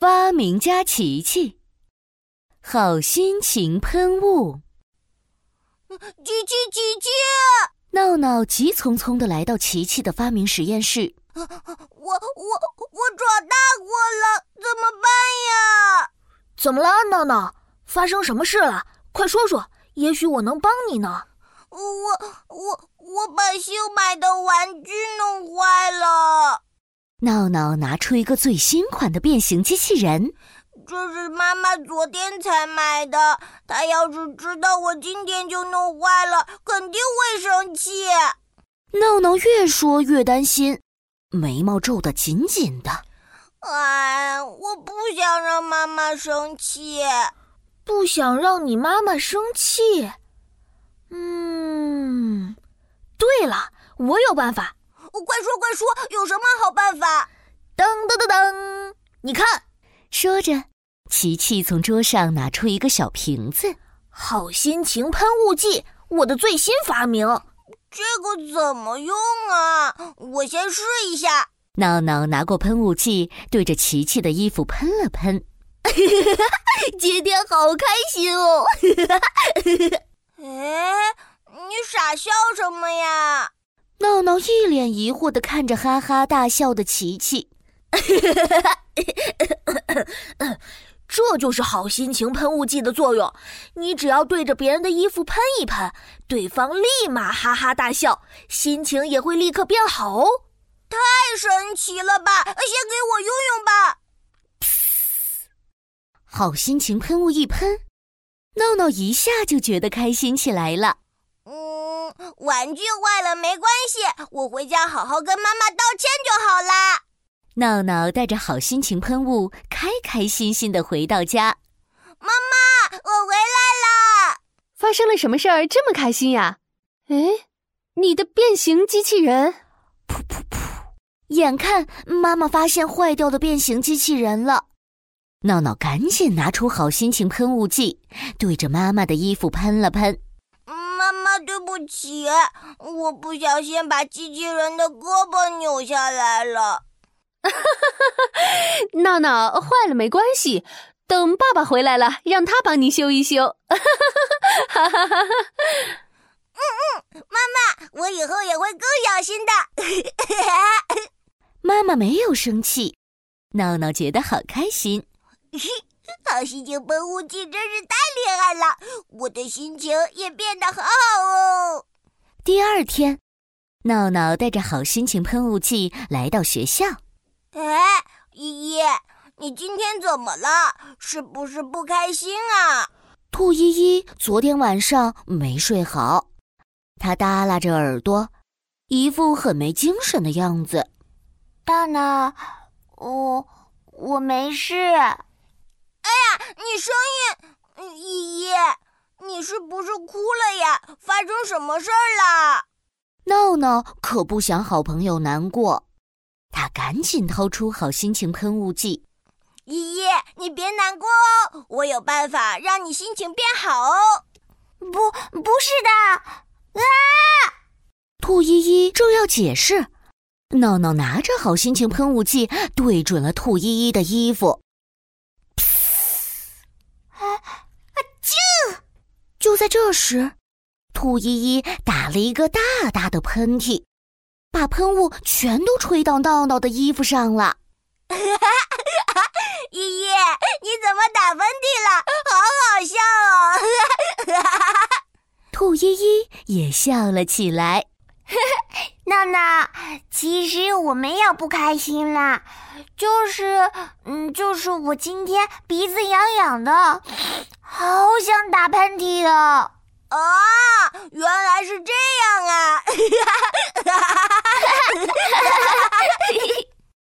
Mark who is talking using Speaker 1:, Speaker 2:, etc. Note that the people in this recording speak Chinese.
Speaker 1: 发明家琪琪，好心情喷雾。
Speaker 2: 琪琪琪琪，
Speaker 1: 闹闹急匆匆地来到琪琪的发明实验室。
Speaker 2: 我我我长大过了，怎么办呀？
Speaker 3: 怎么了，闹闹？发生什么事了？快说说，也许我能帮你呢。
Speaker 2: 我我我把新买的玩具弄坏了，
Speaker 1: 闹闹拿出一个最新款的变形机器人。
Speaker 2: 这是妈妈昨天才买的，她要是知道我今天就弄坏了，肯定会生气。
Speaker 1: 闹闹越说越担心，眉毛皱得紧紧的。
Speaker 2: 哎，我不想让妈妈生气。
Speaker 3: 不想让你妈妈生气。嗯，对了，我有办法。
Speaker 2: 快说快说，有什么好办法？
Speaker 3: 噔噔噔噔，你看，
Speaker 1: 说着，琪琪从桌上拿出一个小瓶子，
Speaker 3: 好心情喷雾剂，我的最新发明。
Speaker 2: 这个怎么用啊？我先试一下。
Speaker 1: 闹闹拿过喷雾剂，对着琪琪的衣服喷了喷。
Speaker 3: 今天好开心哦！
Speaker 2: 哎，你傻笑什么呀？
Speaker 1: 闹闹一脸疑惑的看着哈哈大笑的琪琪。
Speaker 3: 这就是好心情喷雾剂的作用，你只要对着别人的衣服喷一喷，对方立马哈哈大笑，心情也会立刻变好哦。
Speaker 2: 太神奇了吧！先给我用用吧。
Speaker 1: 好心情喷雾一喷，闹闹一下就觉得开心起来了。
Speaker 2: 嗯，玩具坏了没关系，我回家好好跟妈妈道歉就好啦。啊
Speaker 1: 闹闹带着好心情喷雾，开开心心的回到家。
Speaker 2: 妈妈，我回来啦！
Speaker 4: 发生了什么事儿这么开心呀？哎，你的变形机器人，
Speaker 1: 噗噗噗！眼看妈妈发现坏掉的变形机器人了，闹闹赶紧拿出好心情喷雾剂，对着妈妈的衣服喷了喷。
Speaker 2: 嗯妈妈，对不起，我不小心把机器人的胳膊扭下来了。
Speaker 4: 闹闹坏了没关系，等爸爸回来了，让他帮你修一修。哈哈哈！
Speaker 2: 妈妈，我以后也会更小心的。
Speaker 1: 妈妈没有生气，闹闹觉得好开心。
Speaker 2: 好心情喷雾剂真是太厉害了，我的心情也变得好好哦。
Speaker 1: 第二天，闹闹带着好心情喷雾剂来到学校。
Speaker 2: 哎，依依，你今天怎么了？是不是不开心啊？
Speaker 1: 兔依依昨天晚上没睡好，她耷拉着耳朵，一副很没精神的样子。
Speaker 5: 闹闹，我我没事。
Speaker 2: 哎你声音，依依，你是不是哭了呀？发生什么事儿了？
Speaker 1: 闹闹可不想好朋友难过，他赶紧掏出好心情喷雾剂。
Speaker 2: 依依，你别难过哦，我有办法让你心情变好哦。
Speaker 5: 不，不是 的，啊！
Speaker 1: 兔依依正要解释，闹闹拿着好心情喷雾剂对准了兔依依的衣服。啊就在这时，兔依依打了一个大大的喷嚏，把喷雾全都吹到闹闹的衣服上了。
Speaker 2: 依依，你怎么打喷嚏了？好好笑哦！
Speaker 1: 兔依依也笑了起来。
Speaker 5: 闹闹，哎其实我没有不开心啦，就是，嗯，就是我今天鼻子痒痒的，好想打喷嚏哦。啊
Speaker 2: 哦，原来是这样啊！